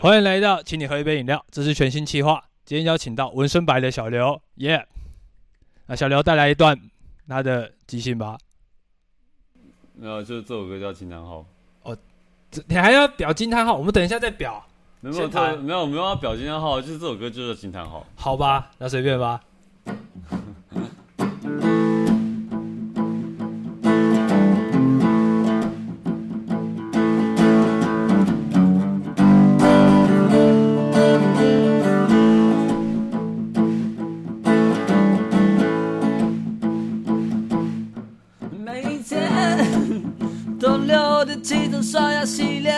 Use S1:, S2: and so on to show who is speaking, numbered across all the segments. S1: 欢迎来到，请你喝一杯饮料，这是全新企划。今天邀请到纹身白的小刘，耶、那小刘带来一段他的即兴吧。
S2: 没有，就是这首歌叫《情堂号
S1: 这你还要表惊叹号？我们等一下再表，》，
S2: 没有
S1: 先
S2: 这
S1: 弹
S2: 没有没有要表情叹号，就是这首歌就是惊叹号。
S1: 好吧？那随便吧。
S3: 每一天都溜得起床刷牙洗脸，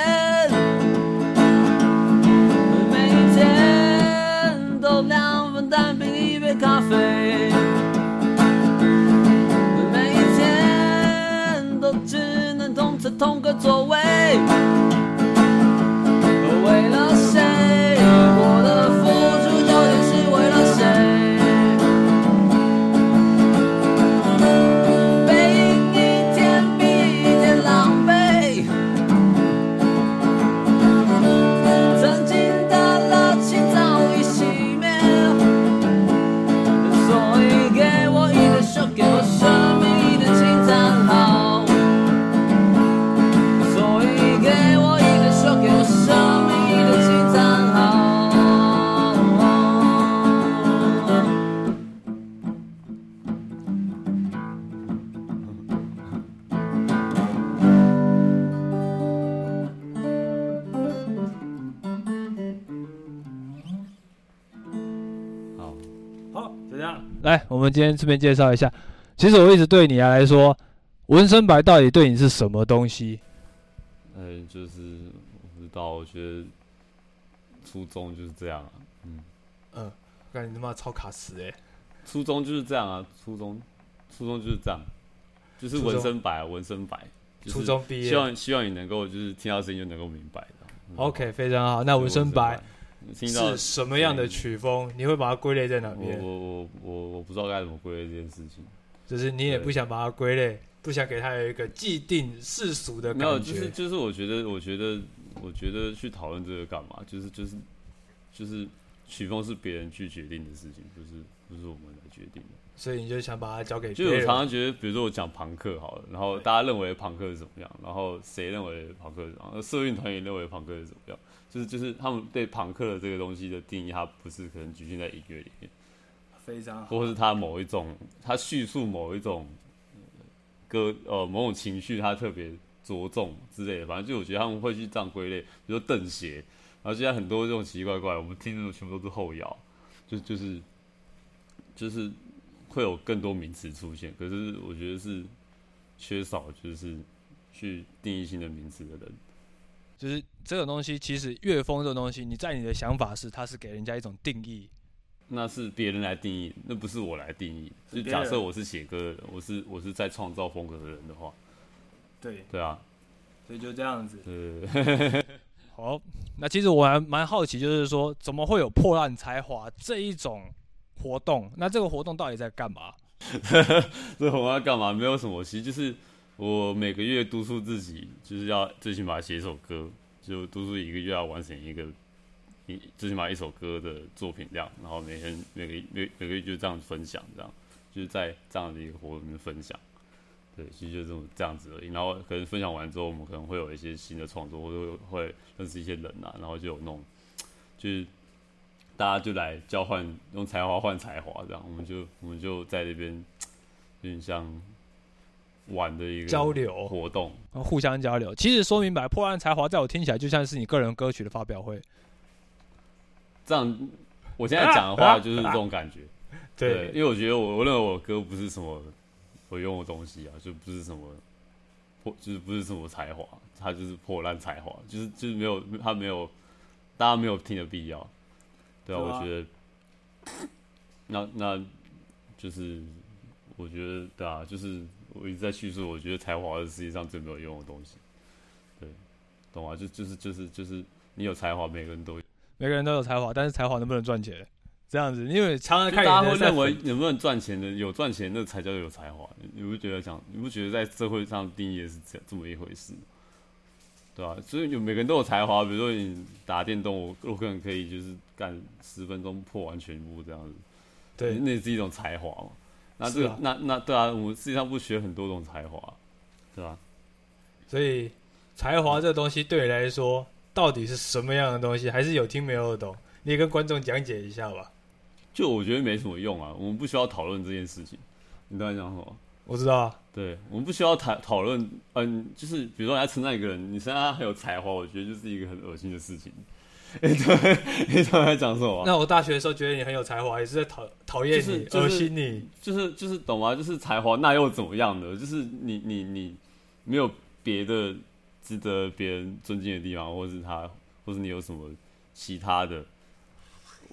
S3: 每一天都两份蛋饼一杯咖啡，每一天都只能同吃同个座位，为了谁，我的付出究竟是为了谁？背影一天比一天狼狈，曾经的热情早已熄灭，所以给我一点笑，给我生命一点轻叹号，所以给我一点笑，给我生命一点轻叹号。
S2: 好，
S1: 好，就这样。来，我们今天顺便介绍一下，其实我一直对你来说，纹身白到底对你是什么东西？
S2: 呃，就是我不知道，我觉得初中就是这样啊，
S1: 干你他妈超卡死哎、
S2: 初中就是这样啊，初中初中就是这样，就是
S1: 初中
S2: 纹身白啊，纹身白，就是
S1: 初中毕业
S2: 希望希望你能够就是听到声音就能够明白的。
S1: ，OK，非常好。嗯那纹身白
S2: 听到
S1: 是什么样的曲风？你会把它归类在哪
S2: 我
S1: 边？
S2: 我我我我不知道该怎么归类这件事情。
S1: 就是你也不想把它归类，不想给它有一个既定世俗的
S2: 没有，
S1: 感
S2: 就是
S1: 觉。
S2: 就是，我觉得，我觉得，我觉得去讨论这个干嘛？就是就是就是，曲风是别人去决定的事情，不是不是我们来决定的。
S1: 所以你就想把它交给
S2: 就
S1: 别
S2: 是我
S1: 人。
S2: 常常觉得，比如说我讲朋克好了，然后大家认为朋克是怎么样，然后谁认为朋克是怎么样，呃社运团也认为朋克是怎么样，就是就是他们对朋克的这个东西的定义，它不是可能局限在音乐里面，
S1: 非常好。
S2: 或是它某一种，它叙述某一种呃歌呃某种情绪，它特别着重之类的。反正就我觉得他们会去这样归类，比如说邓鞋，然后现在很多这种奇奇怪怪，我们听的全部都是后摇，就就是就是会有更多名词出现。可是我觉得是缺少就是去定义性的名词的人。
S1: 就是这种东西，其实乐风这种东西，你在你的想法是它是给人家一种定义，
S2: 那是别人来定义，那不是我来定义。就是
S1: 别
S2: 假设
S1: 人
S2: 我是写歌的人，我是我是在创造风格的人的话，
S1: 对，
S2: 对啊，
S1: 所以就这样子。
S2: 呃，
S1: 好，那其实我还蛮好奇，就是说怎么会有破烂才华这一种活动？那这个活动到底在干嘛？
S2: 所以我要干嘛？没有什么，其实就是我每个月督促自己，就是要最起码写一首歌，就督促一个月要完成一个一最起码一首歌的作品量，然后每天每个每每个月就这样分享，这样就是在这样的一个活动里面分享。对，其实就这么这样子而已。然后可能分享完之后，我们可能会有一些新的创作，或者会认识一些人啊，然后就有那种就是大家就来交换，用才华换才华，这样我们就我们就在那边有点像玩的一个
S1: 交流
S2: 活动。
S1: 互相交流。其实说明白，破烂才华在我听起来就像是你个人歌曲的发表会。
S2: 这样，我现在讲的话就是这种感觉。啊 对，因为我觉得我我认为我歌不是什么我用的东西啊，就不是什么破，就是不是什么才华，它就是破烂才华，就是就是没有它没有大家没有听的必要。对啊，
S1: 对啊
S2: 我觉得那那就是我觉得对啊，就是我一直在叙述，我觉得才华是世界上最没有用的东西。对，懂吗？就就是就是就是你有才华，每个人都有。
S1: 每个人都有才华，但是才华能不能赚钱？这样子，因为常常
S2: 就
S1: 看
S2: 大家
S1: 有
S2: 会
S1: 人在
S2: 认为
S1: 粉
S2: 能不能赚钱的，有赚钱那才叫有才华。你你不觉得讲，你不觉得在社会上定义也是这这么一回事？对啊，所以有每个人都有才华，比如说你打电动，我我可能可以就是干十分钟破完全部这样子，
S1: 对，
S2: 那也是一种才华嘛。那
S1: 是
S2: 这个、
S1: 啊
S2: 那那对啊，我们世界上不学很多种才华，对吧、
S1: 所以才华这东西对你来说到底是什么样的东西，还是有听没有懂？你也跟观众讲解一下吧。
S2: 就我觉得没什么用啊，我们不需要讨论这件事情。你刚才讲什么？
S1: 我知道啊，
S2: 对，我们不需要讨讨论，嗯，就是比如说人家称赞一个人，你称赞他很有才华，我觉得就是一个很恶心的事情。 哎、对，你刚才讲什么啊？
S1: 那我大学的时候觉得你很有才华，也是在讨讨厌
S2: 就是
S1: 你、
S2: 就是
S1: 恶心你。
S2: 就是就是懂吗？就是才华那又怎么样呢？就是你你你没有别的值得别人尊敬的地方，或是他，或是你有什么其他的？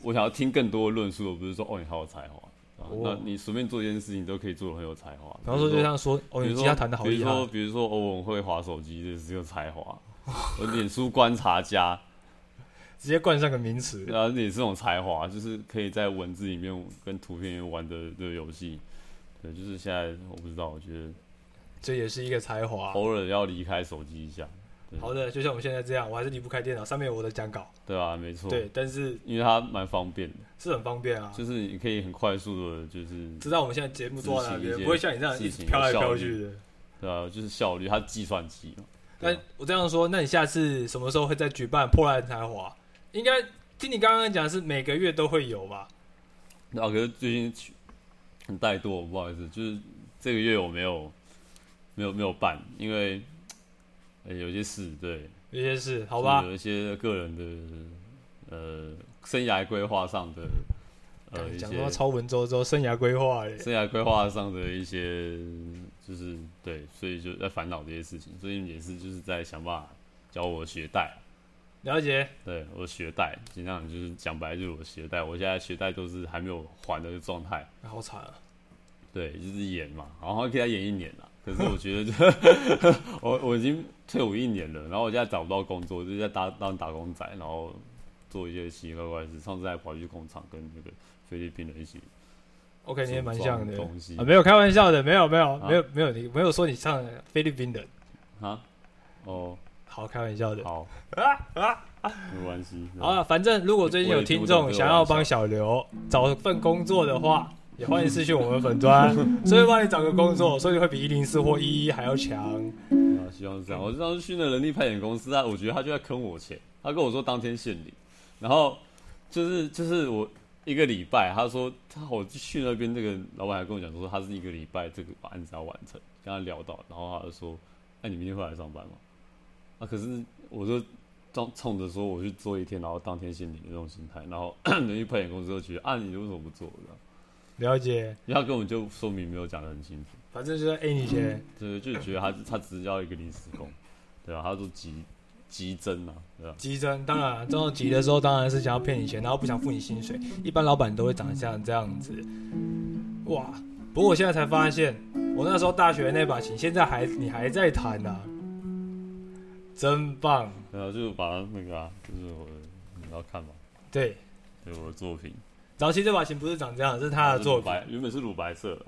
S2: 我想要听更多的论述，而不是说哦你好有才华、啊
S1: 哦
S2: 那你随便做一件事情都可以做的很有才华。
S1: 比方说，
S2: 比
S1: 就
S2: 如
S1: 像说，哦，你
S2: 比如
S1: 吉
S2: 说
S1: 他弹的好
S2: 比
S1: 厉
S2: 如
S1: 害
S2: 说，，比如说，哦，我很会划手机，这是个才华。 我脸书观察家，
S1: 直接冠上个名词。
S2: 然后也是这种才华，就是可以在文字里面跟图片里面玩的的游戏。对，就是现在我不知道，我觉得
S1: 这也是一个才华。
S2: 偶尔要离开手机一下，对
S1: 好的，就像我们现在这样，我还是离不开电脑，上面有我的讲稿。
S2: 对吧、没错，
S1: 对，，但是
S2: 因为它蛮方便的，
S1: 是很方便啊，
S2: 哦就是你可以很快速的，就是
S1: 知道我们现在节目做到哪
S2: 执行一
S1: 边，
S2: 些
S1: 不会像你这样一
S2: 事
S1: 直
S2: 情
S1: 飘来
S2: 有效
S1: 飘
S2: 率
S1: 去的。
S2: 对啊，就是效率，它计算机嘛。对
S1: 那
S2: 啊
S1: 我这样说，那你下次什么时候会再举办破烂才华？应该听你刚刚讲是每个月都会有吧？
S2: 那、啊可是最近很怠惰，不好意思，就是这个月我没有没有没有办，因为、呃有些事对，
S1: 有些是好吧
S2: 就是？有一些个人的呃生涯规划上的呃
S1: 干
S2: 一
S1: 哎讲
S2: 些
S1: 到超文绉绉，生涯规划嘞，
S2: 生涯规划上的一些就是对，所以就在烦恼这些事情，所以也是就是在想办法教我学贷，
S1: 了解？
S2: 对我学贷，尽量就是讲白就是我学贷，我现在学贷都是还没有还的状态。
S1: 啊好惨啊！
S2: 对，就是演嘛，然后给他演一年了。可是我觉得就， 我我已经退伍一年了，然后我现在找不到工作，就是在打当打工仔，然后做一些奇奇怪怪的事。上次还跑去工厂跟那个菲律宾人一起
S1: OK，你也蛮像的
S2: 组装东西
S1: 啊，没有开玩笑的，没有没有
S2: 啊
S1: 没有没有，你没有说你像菲律宾人，
S2: 啊，哦，
S1: 好开玩笑的。
S2: 好，没关系。
S1: 好了，反正如果最近有听众想要帮小刘找份工作的话，也欢迎私讯我们粉 砖，所以帮你找个工作，所以会比一零四或一一还要强。
S2: 啊，希望是这样。我上次去那人力派遣公司啊，我觉得他就在坑我钱，他跟我说当天现领，然后就是就是我一个礼拜，他说他我去那边这个老板还跟我讲说他是一个礼拜这个案子要完成，跟他聊到，然后他就说，那、你明天会来上班吗？啊，可是我就冲冲着说我去做一天，然后当天现领的那种心态，然后 人力派遣公司就觉得啊，你为什么不做？这样
S1: 了解，
S2: 因为他根本就说明没有讲得很清楚。
S1: 反正就是 A 你先。
S2: 对，就觉得他他只是要一个临时工，对啊吧、他说急急增啊，对吧、
S1: 急增，当然，这种急的时候当然是想要骗你钱，然后不想付你薪水。一般老板都会长像这样子。哇！不过我现在才发现，我那时候大学那把琴，现在还你还在弹呐、真棒！
S2: 然后就把那个啊，就是我的你要看嘛，
S1: 对，
S2: 对我的作品，
S1: 早期这把琴不是长这样，这是他的
S2: 是
S1: 作
S2: 乳
S1: 品。
S2: 白原本是乳白色的，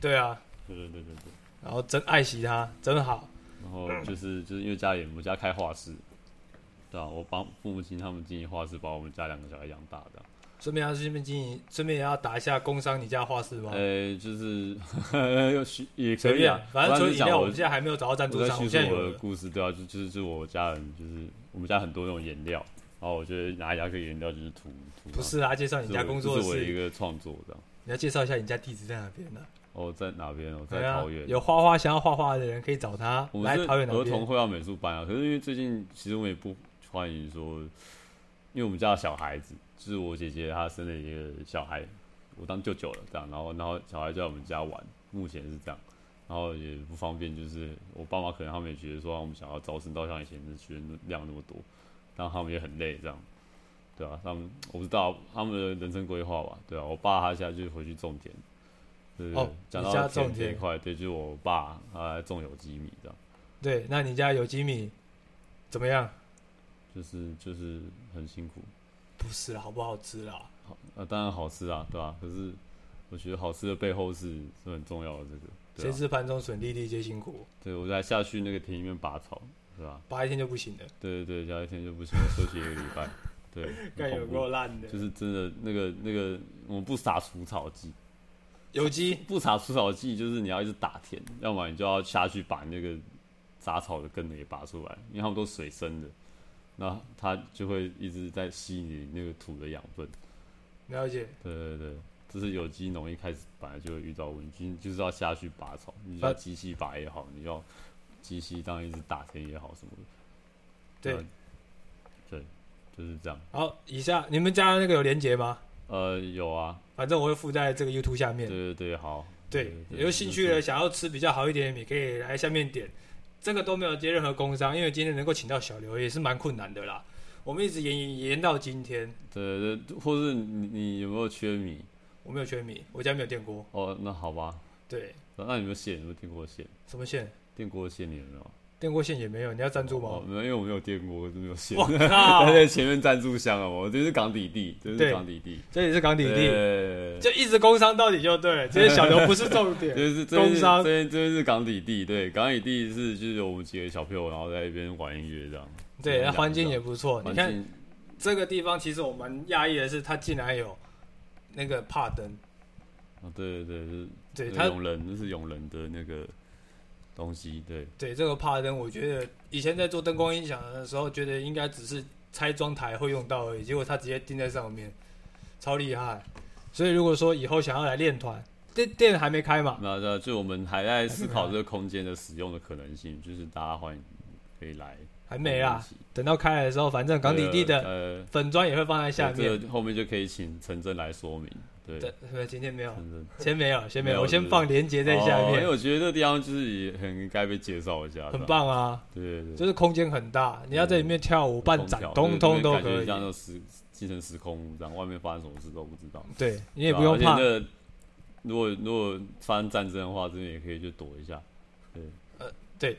S1: 对啊，
S2: 对对对对对。
S1: 然后真爱惜它，真好。
S2: 然后就是就是因为家里我们家开画室，对吧、我帮父母亲他们经营画室，把我们家两个小孩养大的。
S1: 顺便要顺便经营，顺便也要打一下工商你家画室吗？
S2: 呃，就是 又许也可
S1: 哦随
S2: 以
S1: 便
S2: 啊，，
S1: 反正除了饮
S2: 讲
S1: 料，我
S2: 我
S1: 们现在还没有找到赞助
S2: 我在
S1: 商，我们
S2: 叙述
S1: 现在有
S2: 我的
S1: 了
S2: 故事，对啊，就就是就是我家人，就是我们家很多那种颜料，然后我觉得拿牙克颜料就是涂涂它。
S1: 不是啊，介绍
S2: 这
S1: 你
S2: 是
S1: 家
S2: 我
S1: 工作
S2: 这是我的一
S1: 室，
S2: 个创作这样。
S1: 你要介绍一下你家地址在哪边呢、
S2: 哦，在哪边？哦，在
S1: 对啊
S2: 桃园。，
S1: 有画画想要画画的人可以找他
S2: 我
S1: 来
S2: 们是
S1: 桃园那
S2: 儿童
S1: 边。
S2: 绘画美术班啊，可是因为最近其实我也不欢迎说，因为我们家的小孩子，就是我姐姐她生了一个小孩，我当舅舅了这样，然后然后小孩就在我们家玩，目前是这样，然后也不方便，就是我爸妈可能他们也觉得说我们想要招生到像以前的学生量那么多，但他们也很累这样。对啊，他们我不知道他们的人生规划吧？对啊，我爸他现在就回去种田，对
S1: 哦
S2: 讲
S1: 你家
S2: 到
S1: 种
S2: 田这一
S1: 田
S2: 块，对，就是我爸他在种有机米这样。
S1: 对，那你家有几米怎么样？
S2: 就是就是很辛苦。
S1: 不是啦，好不好吃啦？
S2: 好，呃，当然好吃啊，对吧、可是我觉得好吃的背后是是很重要的，这个
S1: 谁
S2: 对啊。
S1: 知盘中笋，粒粒皆辛苦。
S2: 对，我还下去那个田里面拔草，对吧？
S1: 八一天就不行了，
S2: 对对对，加一天就不行，休息一个礼拜，对，
S1: 干有
S2: 很恐
S1: 够
S2: 怖，
S1: 烂的
S2: 就。是真的那个那个，我们不撒除草剂，
S1: 有机
S2: 不撒除草剂就是你要一直打田，要么你就要下去把那个杂草的根给拔出来，因为它们都水生的，那它就会一直在吸你那个土的养分。
S1: 了解，
S2: 对对对，这是有机农一开始本来就会遇到问题，你就是要下去拔草，你要机器拔也好，你要机器当一直打田也好什么的。
S1: 对
S2: 那，对，就是这样。
S1: 好，以下你们加的那个有连接吗？
S2: 呃，有啊，
S1: 反正我会附在这个 YouTube 下面
S2: 对。对对，好，
S1: 对，
S2: 对对
S1: 有兴趣的
S2: 没
S1: 想要吃比较好一点的米，可以来下面点。这个都没有接任何工商，因为今天能够请到小刘也是蛮困难的啦。我们一直延延延到今天，
S2: 对对，或是你你有没有缺米？
S1: 我没有缺米，我家没有电锅。
S2: 哦，那好吧，
S1: 对，
S2: 那有没有线？有没有电锅线？
S1: 什么线？
S2: 电锅线你有没有？
S1: 电锅线也没有，你要赞助
S2: 哦
S1: 吗？，
S2: 没有，因为我没有电锅，我就没有线
S1: 我。靠
S2: 但，是前面赞助商啊，我这是港底地，这
S1: 对
S2: 是港底地，
S1: 这里是港底地，
S2: 对
S1: 就一直工商到底就对了。这些小刘不是重点，
S2: 就是这
S1: 工
S2: 边
S1: 商
S2: 这边这边是港底地，对，港底地是就是有我们几个小朋友，然后在那边玩音乐这样。
S1: 对，那
S2: 那
S1: 环境也不错。你
S2: 环
S1: 看
S2: 境
S1: 这个地方，其实我蛮讶异的是，它竟然有那个帕灯，
S2: 啊，对对对，
S1: 对
S2: 是
S1: 它
S2: 永仁，那是永仁的那个东西，对
S1: 对这个帕灯，我觉得以前在做灯光音响的时候，觉得应该只是拆装台会用到而已，结果它直接钉在上面，超厉害。所以如果说以后想要来练团，店店还没开嘛，
S2: 那那就我们还在思考这个空间的使用的可能性，就是大家欢迎可以来。
S1: 还没啦。等到开的时候，反正啊港底地的
S2: 呃，
S1: 粉砖也会放在下
S2: 这
S1: 面。
S2: 个后面就可以请陈真来说明。对，
S1: 对，呃今天没有，
S2: 陈真
S1: 先没有， 先没
S2: 没
S1: 有，
S2: 有
S1: 我先
S2: 是
S1: 放连接在下
S2: 哦因为
S1: 面，
S2: 我觉得这个地方就是也很该被介绍一下，
S1: 很
S2: 是吧。
S1: 棒啊，
S2: 对对
S1: 就
S2: 对，
S1: 是空间很大，你要在里面跳舞、办展，通
S2: 空
S1: 通
S2: 调
S1: 都
S2: 对
S1: 可
S2: 对对感觉像
S1: 以。
S2: 那时精神时空屋这样，外面发生什么事都不知道。
S1: 对，你也
S2: 对
S1: 不
S2: 啊
S1: 用怕
S2: 而且，那个如果如果发生战争的话，这边也可以去躲一下。
S1: 很棒。
S2: 对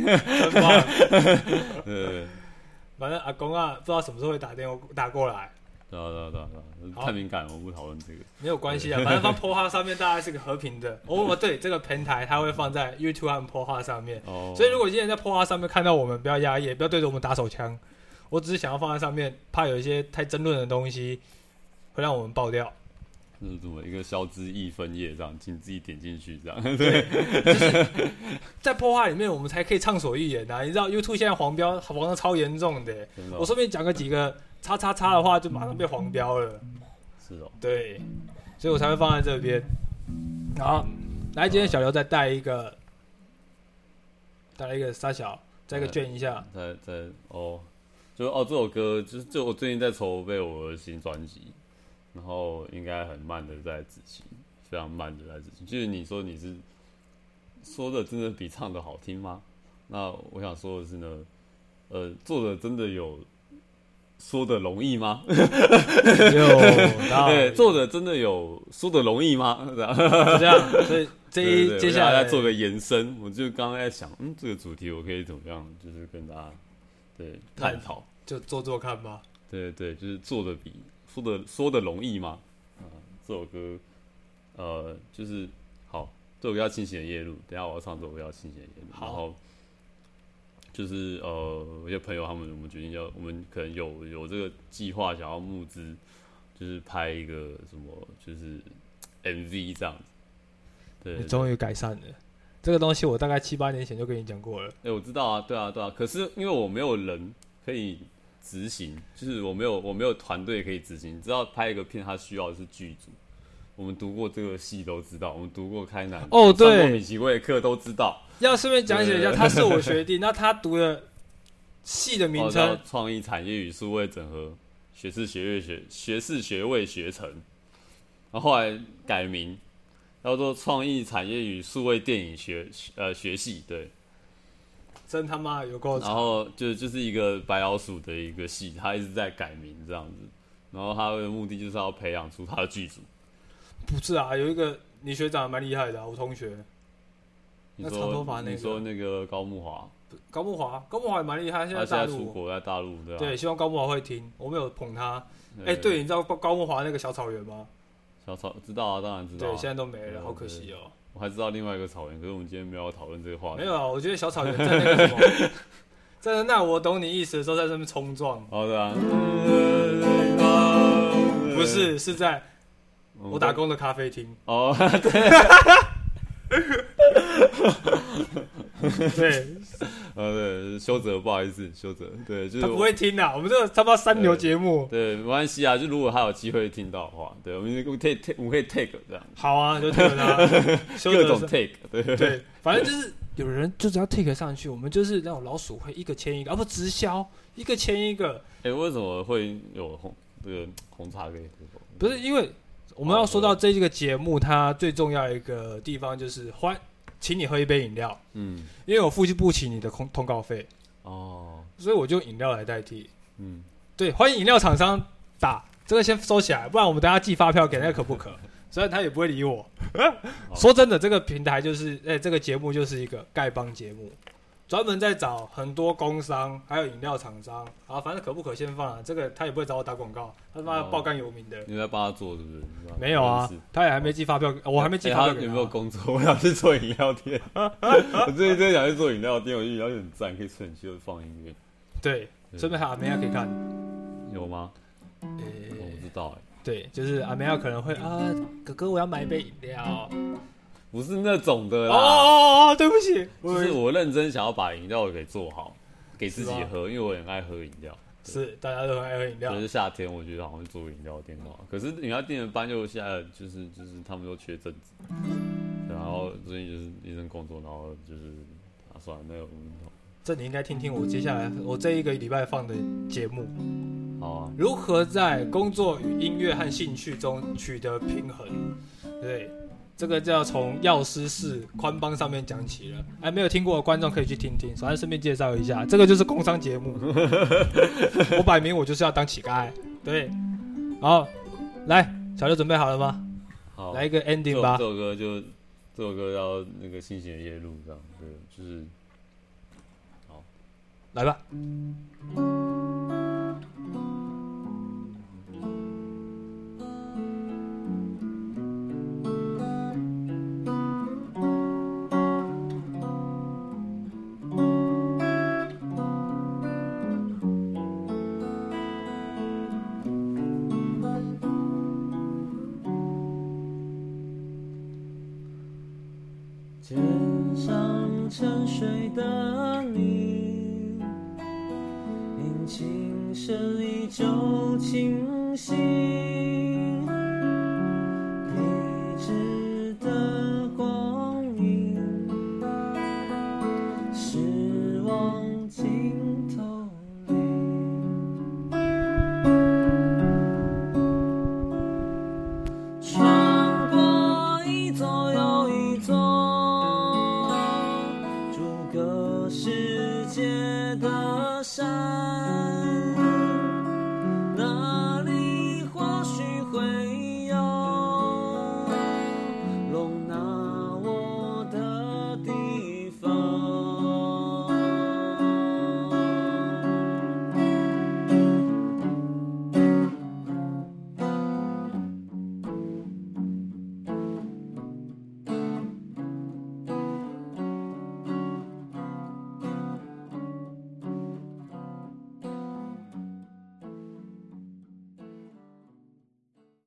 S2: 对对，
S1: 反正阿公啊，不知道什么时候会打电话打过来。
S2: 对啊对啊对啊对啊
S1: 好
S2: 太敏感了，我们不讨论这个。
S1: 没有关 系啊，反正放 p o h a 上面大概是个和平的。哦，对，这个平台它会放在 YouTube 和 p o h a 上面，
S2: 哦，
S1: 所以如果今天在 p o h a 上面看到我们，不要压抑，也不要对着我们打手枪。我只是想要放在上面，怕有一些太争论的东西会让我们爆掉。
S2: 就是这么一个消之易分页这样，请自己点进去这样。
S1: 在 p o h a 里面，我们才可以畅所欲言啊！你知道 YouTube 现在黄标黄的超严重的，
S2: 真的哦
S1: 我顺便讲个几个叉叉叉的话，就马上被黄标了。
S2: 是哦，
S1: 对，所以我才会放在这边。好，来，今天小刘再带一个，带来一个沙小，再一
S2: 哎
S1: 个卷一 下。
S2: 在在哦，就哦这首歌就是就我最近在筹备我的新专辑，然后应该很慢的在执行，非常慢的在执行。就是你说你是说的真的比唱的好听吗？那我想说的是呢，呃，做的真的有说的容易吗？
S1: 啊
S2: 对，
S1: 对，
S2: 做的真的有说的容易吗？ 这样。
S1: 就这样。所以这
S2: 对
S1: 一
S2: 对
S1: 接
S2: 我
S1: 下来
S2: 再做个延伸，我就刚刚在想，嗯，这个主题我可以怎么样，就是跟大家对探讨，
S1: 就做做看吧。
S2: 对对，就是做的比说的说的容易吗？啊、这首歌，呃，就是好，这首歌叫《清醒的夜路》，等一下我要唱这首歌叫《清醒的夜路》，
S1: 好
S2: 然后就是呃，有些朋友他们我们决定要，我们可能有有这个计划，想要募资，就是拍一个什么，就是 MV 这样子。对，
S1: 你终于改善了这个东西，我大概七八年前就跟你讲过了。
S2: 哎、我知道啊，对啊，对啊。可是因为我没有人可以执行，就是我没有我没有团队可以执行。你知道拍一个片，它需要的是剧组。我们读过这个戏都知道，我们读过开南
S1: 哦
S2: 上过
S1: 对
S2: 米奇贵的课都知道。
S1: 要顺便讲解一下，
S2: 对
S1: 他是我学 弟，那他读的系的名
S2: 哦叫
S1: 称，
S2: 创意产业与数位整合学士学位学学士学位学程，然后后来改名叫做创意产业与数位电影学呃学系，对。
S1: 真他妈有够
S2: 然
S1: 长。
S2: 后就就是一个白老鼠的一个戏，他一直在改名这样子。然后他的目的就是要培养出他的剧组。
S1: 不是啊，有一个你学长蛮厉害的啊、我同学
S2: 你
S1: 那长头
S2: 说
S1: 发那个
S2: 你说那个高木华，
S1: 高木华，高木华也蛮厉害，现
S2: 他
S1: 在大
S2: 现在
S1: 陆
S2: 出国在大陆对吧？
S1: 对，希望高木华会听，我没有捧他。哎、对，，你知道高高木华那个小草原吗？
S2: 小草知道啊，当然知道
S1: 对，
S2: 啊。
S1: 现在都没了，
S2: 嗯
S1: 好可惜哦。啊
S2: 我还知道另外一个草原，可是我们今天没有要讨论这个话 题。
S1: 没有啊，我觉得小草原在那个什么，真的，那我懂你意思的时候，在上面冲撞，
S2: 好的啊，
S1: 不是是在我打
S2: 工
S1: 工的咖啡厅，
S2: 哦， 对，
S1: 对
S2: 呃，对，修哲，不好意思，修哲，对，就是
S1: 他
S2: 我
S1: 不会听的，我们这个他妈三牛节目，
S2: 对，没关系啊，就如果他有机会听到的话，对，我们就 take take，我们可以 take 这样，
S1: 好啊，就对 了，修
S2: 各
S1: 德
S2: 种
S1: 是
S2: take，对，
S1: 对，反正就是有人就只要 take 上去，我们就是那种老鼠会一个签一个，啊不直销一个签一个，
S2: 哎、为什么会有红这个红茶可以喝？
S1: 不是因为我们要说到这个节目，它最重要一个地方就是欢，请你喝一杯饮料，
S2: 嗯，
S1: 因为我付不起你的通通告费，
S2: 哦，
S1: 所以我就用饮料来代替。
S2: 嗯，
S1: 对，欢迎饮料厂商打这个先收起来，不然我们等下寄发票给那个可不可？虽然他也不会理我。
S2: 哦
S1: 说真的，这个平台就是，哎、这个节目就是一个丐帮节目，专门在找很多工商还有饮料厂商啊，反正可不可先放啊，这个他也不会找我打广告，他他妈
S2: 哦
S1: 爆肝有名的。
S2: 你在帮他做是不是？
S1: 没有啊
S2: 真是，
S1: 他也还没寄发票，我还没寄
S2: 欸
S1: 发
S2: 他
S1: 票给
S2: 有
S1: 他。
S2: 没有工作？ 我想去做饮 料店，我最近真的想去做饮料店，我觉得饮料店很赞，可以趁机就放音乐，
S1: 对，
S2: 嗯
S1: 顺便还有阿梅亚可以看。
S2: 有吗？
S1: 诶、
S2: 我不知道哎、
S1: 呃对，就是阿梅亚可能会啊，哥哥我要买一杯饮料。
S2: 嗯不是那种的
S1: 哦
S2: 啦。
S1: 哦哦，对不起，我
S2: 就是我认真想要把饮料给做好，给自己
S1: 是吧啊
S2: 喝，因为我很爱喝饮料。
S1: 是大家都很爱喝饮料
S2: 可。是夏天我觉得好像做饮料店嘛，可是饮料店的班又现在就是就是他们都缺正职，然后最近就是医生工作，然后就是啊算了，那个我
S1: 这你应该听听我接下来我这一个礼拜放的节目，
S2: 们好啊，
S1: 如何在工作与音乐和兴趣中取得平衡。对，这个就要从药师寺宽帮上面讲起了。哎，没有听过的观众可以去听听。反正顺便介绍一下，这个就是工商节目。我摆明我就是要当乞丐。对，好，来，小六准备好了吗？
S2: 好
S1: 来一个
S2: 这
S1: ending
S2: 首
S1: 吧
S2: 这。首歌就这首歌要那个新鲜的夜路这样，对，就是
S1: 来吧，
S3: 街上沉睡的你，因情深依旧清晰。一直的光影，是往尽头里。穿过一座又一座逐个世界的山，